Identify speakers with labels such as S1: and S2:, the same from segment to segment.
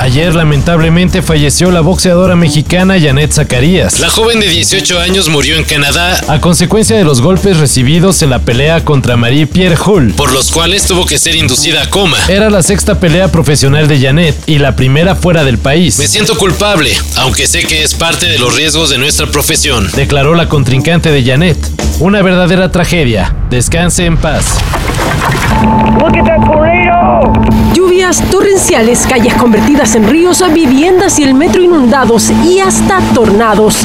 S1: Ayer lamentablemente falleció la boxeadora mexicana Janet Zacarías.
S2: La joven de 18 años murió en Canadá
S1: a consecuencia de los golpes recibidos en la pelea contra Marie Pierre Hull,
S2: por los cuales tuvo que ser inducida a coma.
S1: Era la sexta pelea profesional de Janet y la primera fuera del país.
S2: Me siento culpable, aunque sé que es parte de los riesgos de nuestra profesión.
S1: Declaró la contrincante de Janet. Una verdadera tragedia. Descanse en paz.
S3: Lluvias torrenciales, calles convertidas en ríos, viviendas y el metro inundados y hasta tornados.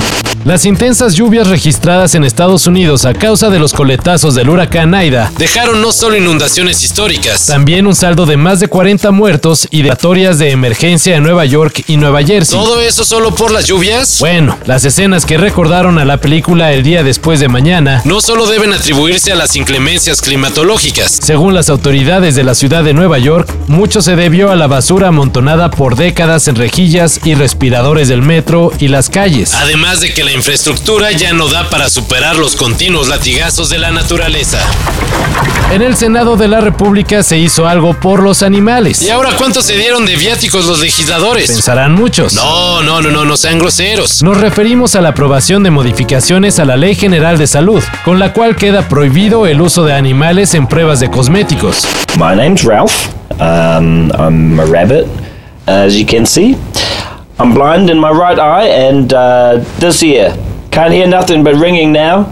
S1: Las intensas lluvias registradas en Estados Unidos a causa de los coletazos del huracán Aida
S2: dejaron no solo inundaciones históricas,
S1: también un saldo de más de 40 muertos y datorias de emergencia en Nueva York y Nueva Jersey.
S2: ¿Todo eso solo por las lluvias?
S1: Bueno, las escenas que recordaron a la película El día después de mañana
S2: no solo deben atribuirse a las inclemencias climatológicas.
S1: Según las autoridades de la ciudad de Nueva York, mucho se debió a la basura amontonada por décadas en rejillas y respiradores del metro y las calles.
S2: Además de que la infraestructura ya no da para superar los continuos latigazos de la naturaleza.
S1: En el Senado de la República se hizo algo por los animales.
S2: ¿Y ahora cuánto se dieron de viáticos los legisladores?
S1: Pensarán muchos.
S2: No, no, no, no, no sean groseros.
S1: Nos referimos a la aprobación de modificaciones a la Ley General de Salud, con la cual queda prohibido el uso de animales en pruebas de cosméticos.
S4: My name's Ralph. Um, I'm a rabbit, as you can see. I'm blind in my right eye and uh, this ear. Can't hear nothing but ringing now.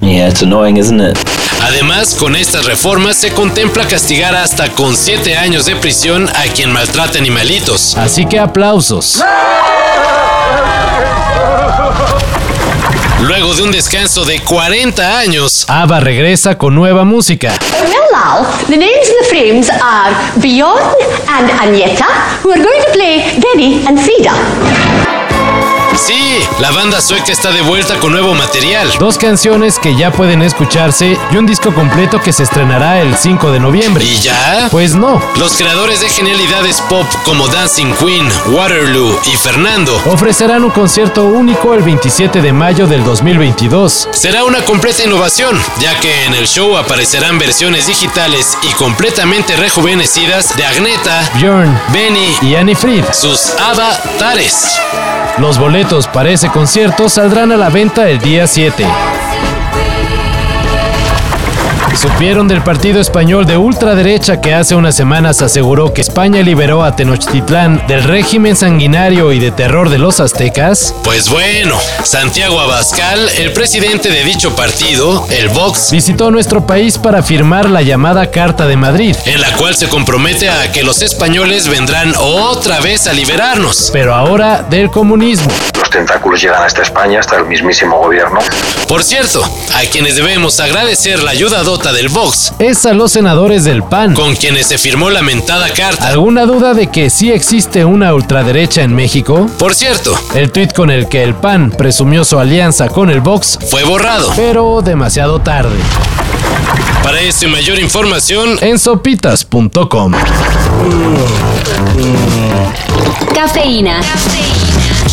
S4: Yeah, it's annoying, isn't it?
S2: Además, con estas reformas se contempla castigar hasta con 7 años de prisión a quien maltrata animalitos.
S1: Así que aplausos.
S2: Luego de un descanso de 40 años,
S1: ABBA regresa con nueva música.
S5: Now, the names of the frames are Bjorn and Agneta, who are going to play Denny and Frida.
S2: Sí, la banda sueca está de vuelta con nuevo material.
S1: Dos canciones que ya pueden escucharse y un disco completo que se estrenará el 5 de noviembre.
S2: ¿Y ya?
S1: Pues no.
S2: Los creadores de genialidades pop como Dancing Queen, Waterloo y Fernando
S1: ofrecerán un concierto único el 27 de mayo del 2022.
S2: Será una completa innovación, ya que en el show aparecerán versiones digitales y completamente rejuvenecidas de Agneta,
S1: Björn,
S2: Benny
S1: y Annie Fried,
S2: sus avatares.
S1: Los boletos para ese concierto saldrán a la venta el día 7. Supieron del partido español de ultraderecha que hace unas semanas aseguró que España liberó a Tenochtitlán del régimen sanguinario y de terror de los aztecas?
S2: Pues bueno, Santiago Abascal, el presidente de dicho partido, el Vox,
S1: visitó nuestro país para firmar la llamada Carta de Madrid,
S2: en la cual se compromete a que los españoles vendrán otra vez a liberarnos,
S1: pero ahora del comunismo
S6: tentáculos llegan hasta España, hasta el mismísimo gobierno.
S2: Por cierto, a quienes debemos agradecer la ayuda dota del Vox
S1: es a los senadores del PAN,
S2: con quienes se firmó la mentada carta.
S1: ¿Alguna duda de que sí existe una ultraderecha en México?
S2: Por cierto,
S1: el tuit con el que el PAN presumió su alianza con el Vox
S2: fue borrado,
S1: pero demasiado tarde. este
S2: Para eso y mayor información
S1: en sopitas.com.
S7: Cafeína. Cafeína.